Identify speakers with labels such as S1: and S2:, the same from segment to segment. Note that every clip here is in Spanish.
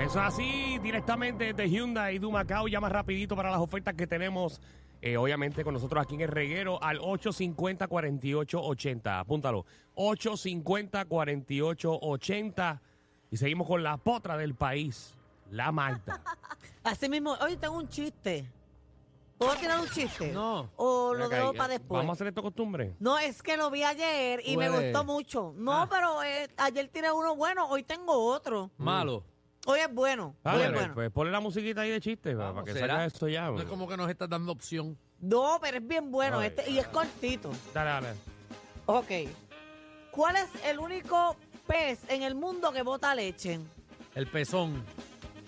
S1: Eso es así, directamente desde Hyundai y Dumacao. Llama rapidito para las ofertas que tenemos, eh, obviamente, con nosotros aquí en el reguero al 850-4880. Apúntalo, 850-4880. Y seguimos con la potra del país, la Magda.
S2: Así mismo, oye, tengo un chiste. ¿Puedo tirar un chiste?
S3: No.
S2: O
S1: Ven
S2: lo
S1: acá,
S2: dejo
S1: eh,
S2: para
S3: Pues.
S2: después.
S1: Vamos a hacer esto costumbre.
S2: No, es que lo vi ayer y me
S3: Huele.
S2: gustó mucho. No,
S3: Ah.
S2: pero eh, ayer tiré uno bueno, hoy tengo otro.
S3: Malo.
S2: Hoy es bueno.
S1: Ah,
S2: Hoy es
S1: bueno,
S2: bueno.
S1: pues ponle la musiquita ahí de chiste para-
S3: Vamos,
S1: para que
S3: ¿será?
S1: salga esto ya. pues.
S3: No es
S1: hombre.
S3: como que nos estás dando opción.
S2: No, pero es bien bueno
S1: Ay,
S2: este y es cortito.
S1: Dale, dale.
S2: Ok. ¿Cuál es el único pez en el mundo que bota leche?
S3: El pezón.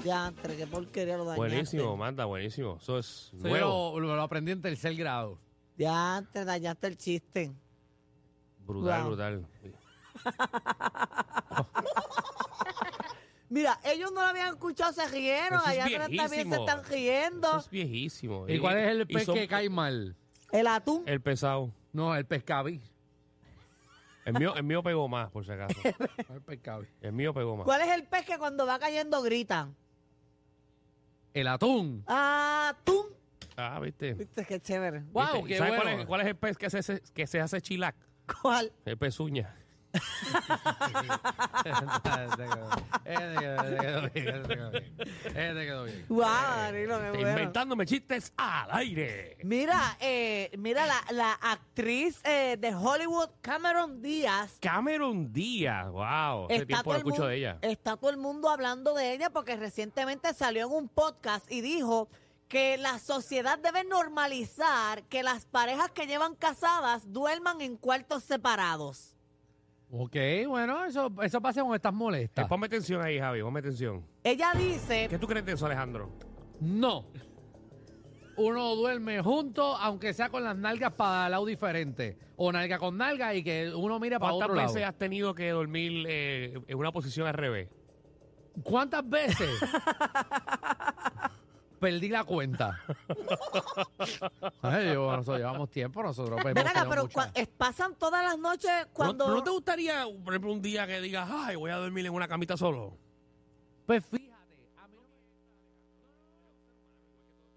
S2: Ya, entre qué porquería lo dañaste.
S1: Buenísimo, Magda, buenísimo. Eso es
S3: Eso
S1: nuevo.
S3: yo lo, lo aprendí en tercer grado.
S2: Ya, te dañaste el chiste.
S1: Brutal,
S2: Wow.
S1: brutal.
S2: Mira, ellos no lo habían escuchado, se rieron.
S1: Eso es
S2: Allá atrás también
S1: viejísimo.
S2: se están
S1: Eso
S2: riendo.
S1: es viejísimo.
S3: ¿Y cuál es el
S1: y
S3: pez
S1: son-
S3: que cae mal?
S2: El atún.
S1: El pesado.
S3: No, el pescaví.
S1: El mío, el mío pegó más, por si acaso.
S3: El pescaví.
S1: El mío pegó más.
S2: ¿Cuál es el pez que cuando va cayendo grita?
S3: El atún.
S2: Atún.
S1: Ah, ¿viste?
S2: Viste qué chévere.
S3: Guau,
S1: ¿Viste?
S3: qué
S1: ¿Sabes
S3: bueno.
S1: cuál, es, cuál es el pez que se, hace- que se hace chilac?
S2: ¿Cuál?
S1: El pezuña.
S3: Este quedó bien.
S1: Eh,
S2: Guau, Danilo, qué
S1: Está
S2: bueno.
S1: Inventándome chistes al aire.
S2: Mira, eh, mira la, la actriz eh, de Hollywood, Cameron Díaz.
S1: Cameron Díaz. Wow. Hace tiempo no escucho
S2: mundo,
S1: de ella.
S2: está todo el mundo hablando de ella porque recientemente salió en un podcast y dijo que la sociedad debe normalizar que las parejas que llevan casadas duerman en cuartos separados.
S3: Ok, bueno, eso, eso pasa cuando estás
S1: Eh,
S3: molesta.
S1: ponme atención ahí, Javi. Ponme atención.
S2: Ella dice
S1: ¿Qué tú crees de eso, Alejandro?
S3: No. Uno duerme junto, aunque sea con las nalgas para lado diferente. O nalga con nalga y que uno mira para
S1: ¿Cuántas
S3: otro
S1: veces
S3: lado.
S1: has tenido que dormir eh, en una posición al revés?
S3: ¿Cuántas veces? Perdí la cuenta. Ay, yo, nosotros llevamos tiempo, nosotros pues, hemos
S2: Ven acá,
S3: tenido
S2: pero
S3: muchas.
S2: cua- eh. es- pasan todas las noches cuando...
S1: ¿No, no te gustaría, por ejemplo, un día que digas, ay, voy a dormir en una camita solo?
S3: Pues fíjate, a mí no me-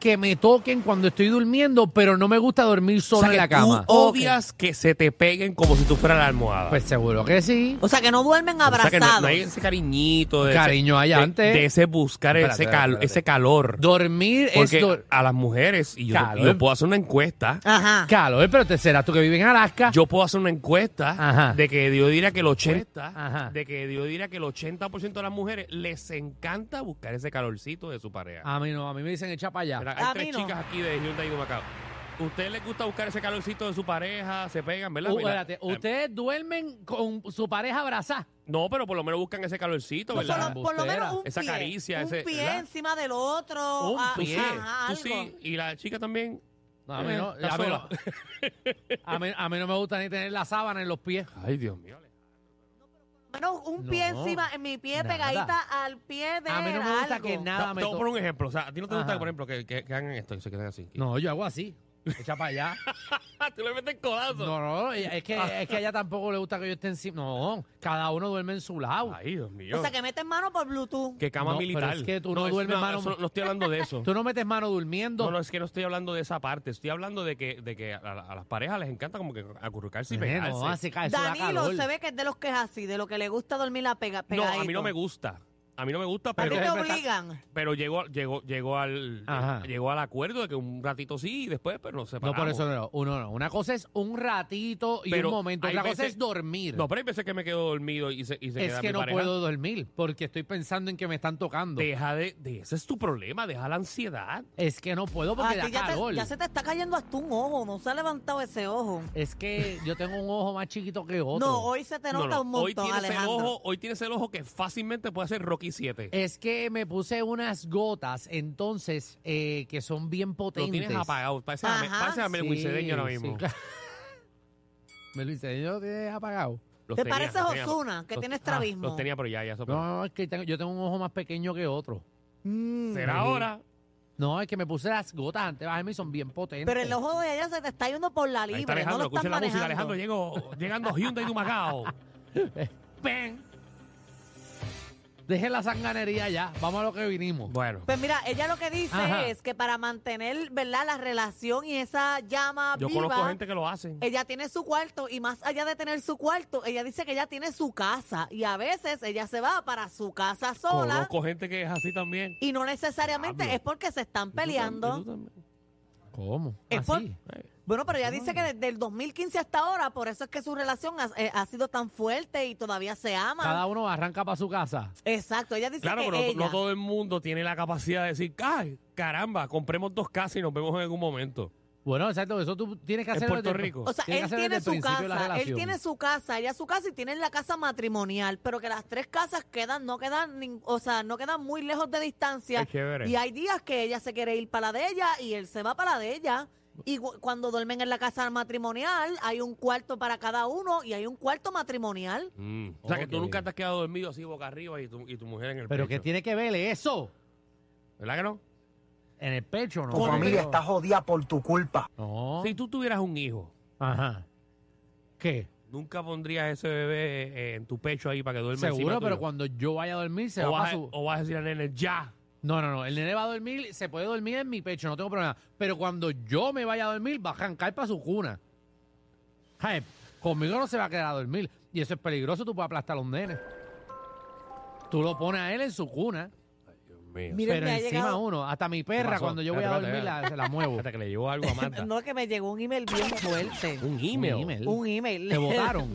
S3: que me toquen cuando estoy durmiendo, pero no me gusta dormir solo en la
S1: que
S3: cama.
S1: Tú odias que se te peguen como si tú fueras la almohada.
S3: Pues seguro que sí.
S2: O sea, que no duermen
S1: O sea,
S2: abrazados.
S1: que no- no, hay ese cariñito de
S3: Cariño
S1: ese,
S3: allá
S1: de-
S3: antes.
S1: de ese buscar
S3: Espérate,
S1: ese, cal-
S3: espérate.
S1: ese calor.
S3: Dormir
S1: Porque
S3: es dor-
S1: a las mujeres, y yo,
S3: Calor.
S1: yo puedo hacer una encuesta,
S2: Ajá.
S3: calor, eh, pero te serás tú que vives en Alaska.
S1: yo puedo hacer una encuesta
S3: Ah. Ajá.
S1: de que yo diría que el 80,
S3: Ajá.
S1: de que yo diría que el 80% de las mujeres les encanta buscar ese calorcito de su pareja.
S3: A mí no, a mí me dicen echa para allá.
S1: Mira,
S2: A
S1: hay
S2: mí
S1: tres
S2: no.
S1: chicas aquí de Hyundai y de Macao. ¿Ustedes les gusta buscar ese calorcito de su pareja? ¿Se pegan, verdad?
S3: Uh,
S1: Mira,
S3: espérate,
S1: eh,
S3: ustedes duermen con su pareja abrazada.
S1: No, pero por lo menos buscan ese calorcito,
S2: Por
S1: ¿verdad?
S2: lo, por lo
S3: Embustera.
S2: menos un
S1: Esa
S2: pie,
S1: caricia,
S2: un
S1: ese-
S2: pie
S1: ¿verdad?
S2: encima del otro,
S3: Un
S2: ah,
S3: pie.
S1: Tú
S2: ajá, algo.
S1: sí, y la chica también.
S3: No, a, mí no,
S1: Está
S3: a mí no-
S1: sola.
S3: a mí- a mí no me gusta ni tener la sábana en los pies.
S1: Ay, Dios mío.
S2: Bueno, un pie
S3: No,
S2: encima, en mi pie
S3: nada.
S2: pegadita al pie de
S3: A mí no me gusta
S2: algo.
S3: que nada me
S1: Te voy a
S3: toque.
S1: poner un ejemplo. O sea, a ti no te gusta,
S3: Ajá.
S1: por ejemplo, que, que- que hagan esto y se queden así.
S3: No, yo hago así. Echa para allá.
S1: Ah, tú le metes el codazo.
S3: No, no, es que, es que a ella tampoco le gusta que yo esté encima. No, cada uno duerme en su lado.
S1: Ay, Dios mío.
S2: O sea, que meten mano por Bluetooth.
S1: que cama
S3: No, pero
S1: militar.
S3: es que tú no duermes,
S1: no,
S3: mano.
S1: eso- no estoy hablando de eso.
S3: Tú no metes mano durmiendo.
S1: No, no, es que no estoy hablando de esa parte. Estoy hablando de que, de que a, a las parejas les encanta como que acurrucarse y
S3: Eh,
S1: pegarse.
S3: no, así cae, eso da
S2: Danilo
S3: calor.
S2: se ve que es de los que es así, de los que le gusta dormir la pega,
S1: No,
S2: pegadito.
S1: a mí no me gusta. A mí no me gusta,
S2: A ti
S1: pero...
S2: te obligan.
S1: Pero llegó, llegó, llegó al
S3: Ajá.
S1: llegó al acuerdo de que un ratito sí y después, pero no separamos.
S3: No, por eso no. Uno no. Una cosa es un ratito y
S1: Pero
S3: un momento.
S1: hay
S3: Otra cosa
S1: veces-
S3: es dormir.
S1: No, pero hay veces que me quedo dormido y se, y se
S3: es
S1: queda
S3: que
S1: mi
S3: no
S1: pareja.
S3: puedo dormir porque estoy pensando en que me están tocando.
S1: Deja de, de- Ese es tu problema, deja la ansiedad.
S3: Es que no puedo porque
S2: A
S3: da
S2: ti Ah, ya, te-
S3: calor.
S2: ya se te está cayendo hasta un ojo, no se ha levantado ese ojo.
S3: Es que yo tengo un ojo más chiquito que otro.
S2: No, hoy se te
S1: No,
S2: nota
S1: no,
S2: un
S1: hoy
S2: montón,
S1: tienes
S2: Alejandro. Eh,
S1: el ojo, hoy tienes el ojo que fácilmente puede ser Rocky 7.
S3: Es que me puse unas gotas, entonces, eh, que son bien
S1: Lo
S3: potentes.
S1: tienes apagado, parece a
S2: Ajá.
S1: parece a Mel Wisedeño ahora
S3: Sí,
S1: mismo.
S3: sí, claro. Me lo hice, yo lo tienes apagado.
S1: Los
S2: ¿Te
S1: tenía,
S2: pareces
S1: los tenía,
S2: Osuna, que este
S1: los-
S2: tienes
S1: ah,
S2: trabismo?
S1: Los tenía, pero ya, ya sopló.
S3: No, no, es que tengo- yo tengo un ojo más pequeño que otro.
S2: Mm.
S1: Será ahora.
S3: No, es que me puse las gotas antes de mí, son bien potentes.
S2: Pero el ojo de ella se te está yendo por la
S1: Ahí está
S2: libre, no
S1: Alejandro,
S2: lo
S1: escuchen
S2: están
S1: la música.
S2: manejando.
S1: Alejandro, llego, llegando Hyundai de Macao. Ven.
S3: Deje la sanganería ya. Vamos a lo que vinimos.
S1: Bueno,
S2: Pues mira, ella lo que dice
S3: Ajá.
S2: es que para mantener, ¿verdad?, la relación y esa llama
S1: yo
S2: viva,
S1: conozco gente que lo hace.
S2: ella tiene su cuarto y más allá de tener su cuarto, ella dice que ella tiene su casa y a veces ella se va para su casa sola
S1: Conozco gente que es así también.
S2: y no necesariamente
S1: Diablo.
S2: es porque se están peleando.
S3: ¿Cómo?
S2: Es por-
S3: Así.
S2: Bueno, pero ella dice que desde el 2015 hasta ahora, por eso es que su relación ha, eh, ha sido tan fuerte y todavía se aman.
S3: Cada uno arranca para su casa.
S2: Exacto, ella dice
S1: Claro,
S2: que
S1: pero no-
S2: ella...
S1: no todo el mundo tiene la capacidad de decir, ¡ay, caramba! Compremos dos casas y nos vemos en algún momento.
S3: Bueno, exacto. Eso tú tienes que
S1: En
S3: hacer
S1: Puerto Rico.
S2: O sea,
S3: Tiene que
S2: él
S3: hacer
S2: tiene
S3: desde
S2: su
S3: el principio de la
S2: casa, él
S3: relación.
S2: tiene su casa, ella su casa y tienen la casa matrimonial, pero que las tres casas quedan, no quedan, nin- o sea, no quedan muy lejos de distancia.
S1: Es chévere.
S2: Y hay días que ella se quiere ir para la de ella y él se va para la de ella. Y gu- cuando duermen en la casa matrimonial, hay un cuarto para cada uno y hay un cuarto matrimonial.
S1: Mm. O sea, que tú
S3: Ok.
S1: nunca te has quedado dormido así boca arriba y tu, y tu mujer en el
S3: Pero que
S1: pecho.
S3: tiene que ver eso.
S1: ¿Verdad que no?
S3: En el pecho, ¿no?
S4: Tu familia está jodida por tu culpa.
S3: No.
S1: Si tú tuvieras un hijo,
S3: Ajá. ¿Qué?
S1: nunca pondrías ese bebé eh, en tu pecho ahí para que duerma encima
S3: Seguro,
S1: tuyo?
S3: pero cuando yo vaya a dormir, se
S1: o
S3: va
S1: vas,
S3: para
S1: a,
S3: su...
S1: o vas a decir al nene, ¡ya!
S3: No, no, no. El nene va a dormir, se puede dormir en mi pecho, no tengo problema. Pero cuando yo me vaya a dormir, va a arrancar para su cuna. Ay, conmigo no se va a quedar a dormir. Y eso es peligroso, tú puedes aplastar a los nenes. Tú lo pones a él en su cuna,
S1: Dios mío.
S2: Miren,
S3: pero
S2: me ha
S3: encima
S2: llegado-
S3: uno, hasta mi perra,
S1: pasó?
S3: cuando yo voy a
S1: Espérate,
S3: dormir,
S1: espérate,
S3: la, se la muevo.
S1: Fíjate que le llevó algo a Marta.
S2: No, que me llegó un email bien fuerte.
S1: Un
S3: Un
S1: email.
S3: email.
S2: Un email.
S3: ¿Te votaron?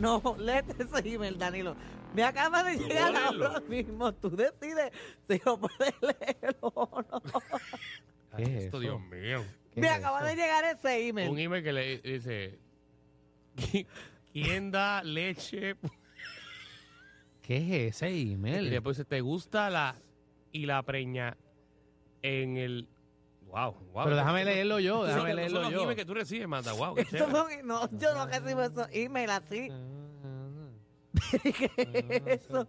S2: No, léete ese email, Danilo. Me acaba de llegar
S1: Léelo.
S2: ahora mismo. Tú decides si lo puedes leer o no.
S1: Ay,
S3: ¿Qué es
S1: esto,
S3: eso?
S1: Dios mío.
S3: ¿Qué
S2: Me
S3: es
S2: acaba
S3: eso? e-
S2: de llegar ese
S1: Un
S2: email.
S1: email que le dice, "¿Qui- ¿quién da leche?
S3: ¿Qué es ese
S1: Y
S3: email?
S1: después pues, dice, ¿te gusta la y la preña en el... Wow, wow.
S3: Pero déjame leerlo yo,
S1: Esos
S3: déjame
S1: son
S3: leerlo
S1: los
S3: yo.
S1: emails que tú recibes, Marta. Wow, qué
S2: Eso
S1: chévere.
S2: fue un- e- no, yo
S3: Ah.
S2: no recibo esos emails así.
S3: Ah,
S2: ¿Qué es eso?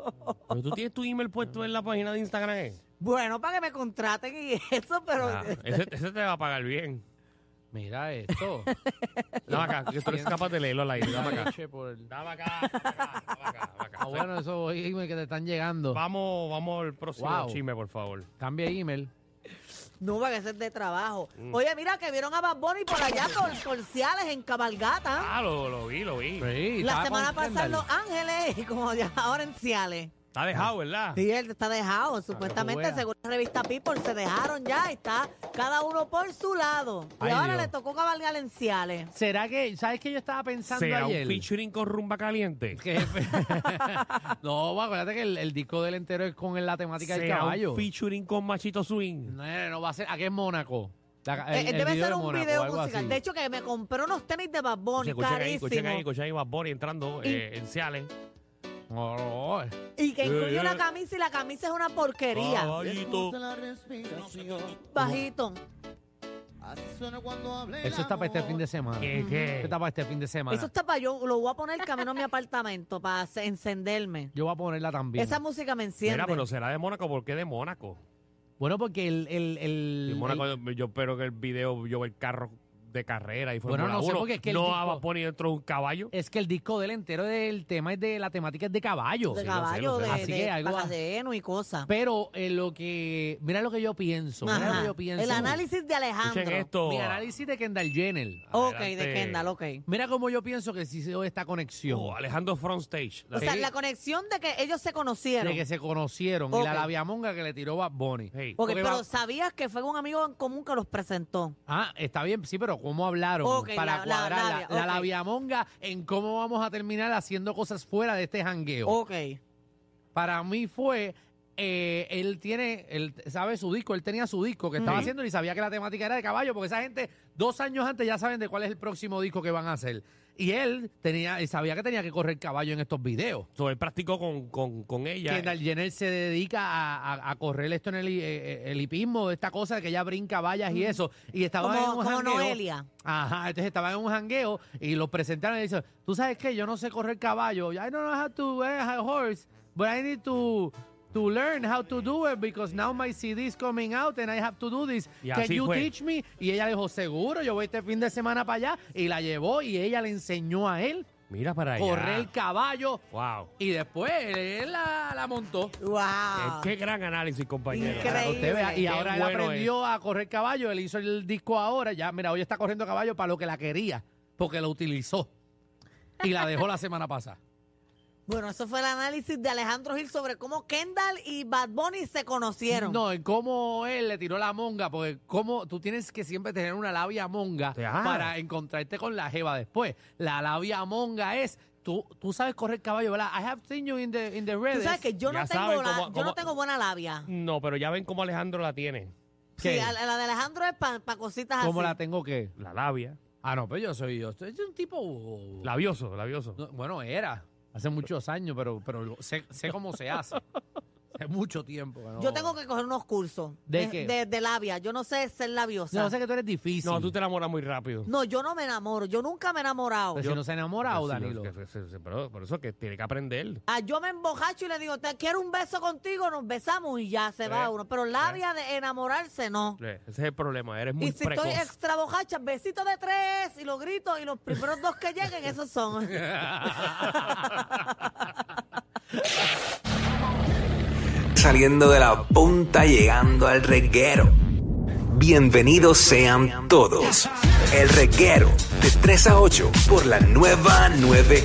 S1: Pero tú tienes tu email puesto en la página de Instagram. ¿eh?
S2: Bueno, para que me contraten y eso, pero
S1: Ah, ese, ese te va a pagar bien.
S3: Mira esto.
S1: Dame acá, que tú eres capaz de leerlo al aire. Dame acá.
S3: Leche por el-
S1: Dame acá, dame acá, dame acá, dame acá.
S3: Ah, bueno, esos emails que te están llegando.
S1: Vamos, vamos al próximo
S3: Wow.
S1: chisme, por favor.
S3: Cambia email.
S2: no va a ser de trabajo.
S3: Mm.
S2: Oye, mira que vieron a Bad Bunny por allá con comerciales en cabalgata.
S1: Ah, lo, lo vi, lo vi.
S3: Sí,
S2: La
S3: estaba
S2: semana
S3: con
S2: pasada en
S3: Kendall.
S2: Los Ángeles y como ya ahora en Ciales.
S1: Está dejado, ¿verdad?
S2: Sí, él está dejado. Supuestamente,
S3: veas.
S2: según la revista People, se dejaron ya. Está cada uno por su lado. Y
S3: Ay,
S2: ahora
S3: Dios.
S2: le tocó cabalgar en Ciales.
S3: ¿Será que, sabes que yo estaba pensando
S1: ¿Será
S3: ayer?
S1: un featuring con rumba caliente?
S3: Que- no, bueno, acuérdate que el, el disco del entero es con la temática del
S1: ¿Será
S3: caballo.
S1: un featuring con Machito Swing?
S3: No, no va a ser. ¿A qué es Mónaco? La-
S2: Eh,
S3: el- el
S2: debe
S3: video
S2: ser
S3: de
S2: un
S3: Mónaco,
S2: video
S3: algo
S2: musical.
S3: así.
S2: De hecho, que me compró unos tenis de Bad Bunny,
S1: Escuchen ahí, escuchen ahí,
S2: carísimos.
S1: escuchen ahí, Bad Bunny entrando eh, en Ciales.
S3: No, no, eh. no.
S2: Y que
S1: Yeah,
S2: incluye
S1: yeah.
S2: una camisa y la camisa es una
S1: Oh,
S2: porquería.
S1: Caballito.
S2: Bajito.
S3: Eso está para este fin de semana.
S1: ¿Qué, qué?
S3: Eso está para este fin de semana.
S2: Eso está para yo. Lo voy a poner camino a mi apartamento para se- encenderme.
S3: Yo voy a ponerla también.
S2: Esa música me enciende.
S1: Mira, pero será de Mónaco, ¿por qué de Mónaco?
S3: Bueno, porque el. el, el-
S1: De Mónaco,
S3: el-
S1: yo espero que el video, yo el carro de carrera y fue
S3: Bueno, no sé, porque es que el
S1: no
S3: tipo-
S1: a Bad Bunny dentro de un caballo.
S3: es que el disco del entero del tema es de la temática es de caballo.
S2: de
S1: lo sé, lo
S2: caballo,
S1: sé.
S2: de,
S3: Así
S2: de
S3: que algo-
S2: pajas de heno y cosas.
S3: Pero eh, lo que. Mira lo que yo pienso. Mira lo
S2: Ajá.
S3: que yo pienso.
S2: El análisis de
S1: Escuchen
S2: Alejandro.
S1: esto.
S3: Mi análisis de Kendall Jenner.
S2: Ok,
S1: Adelante.
S2: de Kendall, ok.
S3: Mira cómo yo pienso que sí se dio esta conexión.
S1: Oh, Alejandro Front Stage.
S2: O sea,
S3: Sí.
S2: la conexión de que ellos se conocieron.
S3: de que se conocieron y
S2: Ok.
S3: la labiamonga que le tiró Bad Bunny.
S1: Hey.
S2: Ok,
S3: Ok,
S2: pero
S3: va-
S2: sabías que fue un amigo en común que los presentó.
S3: Ah, está bien, sí, pero ¿cómo hablaron
S2: Ok,
S3: para
S2: la- la
S3: cuadrar la,
S2: labia,
S3: la
S2: ok.
S3: labiamonga en cómo vamos a terminar haciendo cosas fuera de este jangueo?
S2: Ok.
S3: Para mí fue, eh, él tiene, él sabe su disco, él tenía su disco que estaba
S1: Ujú.
S3: haciendo y sabía que la temática era de caballo, porque esa gente dos años antes ya saben de cuál es el próximo disco que van a hacer. Y él tenía, él sabía que tenía que correr caballo en estos videos.
S1: So, él practicó con, con, con ella.
S3: Kendall Jenner se dedica a, a- a correr esto en el, hi- eh, eh, el hipismo, de esta cosa de que ella brinca vallas y eso. Y estaba en
S2: Mm. Como,
S3: un
S2: como
S3: jangueo.
S2: Noelia.
S3: Ajá, entonces estaba en un jangueo y lo presentaron y dice, tú sabes qué, yo no sé correr caballo. I don't know how to eh, a horse, but I need to, to learn how to do it because now my CD is coming out and I have to do this.
S1: Y
S3: Can
S1: así
S3: you
S1: fue.
S3: teach me? Y ella dijo, seguro, yo voy este fin de semana para allá. Y la llevó y ella le enseñó a él.
S1: Mira para allá.
S3: correr el caballo
S1: Wow.
S3: y después él la, la montó.
S2: ¡Wow!
S1: Qué gran análisis, compañero.
S2: Ah. Increíble.
S3: Para que usted vea. Y
S1: Qué
S3: ahora él
S1: bueno
S3: aprendió a correr caballo, él hizo el disco ahora, ya, mira, hoy está corriendo caballo para lo que la quería, porque lo utilizó. Y la dejó la semana pasada.
S2: Bueno, eso fue el análisis de Alejandro Gil sobre cómo Kendall y Bad Bunny se conocieron.
S3: No, en cómo él le tiró la monga, porque cómo tú tienes que siempre tener una labia monga
S1: Claro.
S3: para encontrarte con la jeva después. La labia monga es, tú, tú sabes correr caballo, ¿verdad? I have seen you in the, in the
S2: Tú
S3: redes.
S2: sabes que yo no,
S1: Ya
S2: tengo,
S1: saben
S2: la-
S1: cómo-
S2: yo
S1: cómo-
S2: no tengo buena labia.
S1: No, pero ya ven cómo Alejandro la tiene.
S2: Sí,
S3: ¿Qué?
S2: a- a la de Alejandro es para cositas
S3: ¿Cómo la
S2: así.
S3: tengo que?
S1: La labia.
S3: Ah, no, pero yo soy yo. Soy un tipo...
S1: Labioso, labioso.
S3: No, bueno, era. Hace muchos años, pero, pero lo- sé, sé cómo se hace. Hace mucho tiempo. que no-
S2: Yo tengo que coger unos cursos.
S3: ¿De qué?
S2: De, de labia. Yo no sé ser labiosa.
S3: No, sé que tú eres difícil.
S1: No, tú te enamoras muy rápido.
S2: No, yo no me enamoro. Yo nunca me he enamorado.
S3: Pero si no se ha enamorado,
S1: Pues Sí,
S3: Danilo.
S1: que- que- que- pero por eso que tiene que aprender.
S2: Ah, yo me embojacho y le digo, te quiero un beso contigo, nos besamos y ya se
S1: Eh,
S2: va uno. Pero labia de enamorarse, no.
S1: Eh, Ese es el problema, eres muy
S2: y si
S1: precoz.
S2: estoy extra bojacha, besito de tres y los grito y los primeros dos que lleguen, esos son.
S5: Saliendo de la punta, llegando al reguero. Bienvenidos sean todos. El reguero de 3 a 8 por la nueva 9.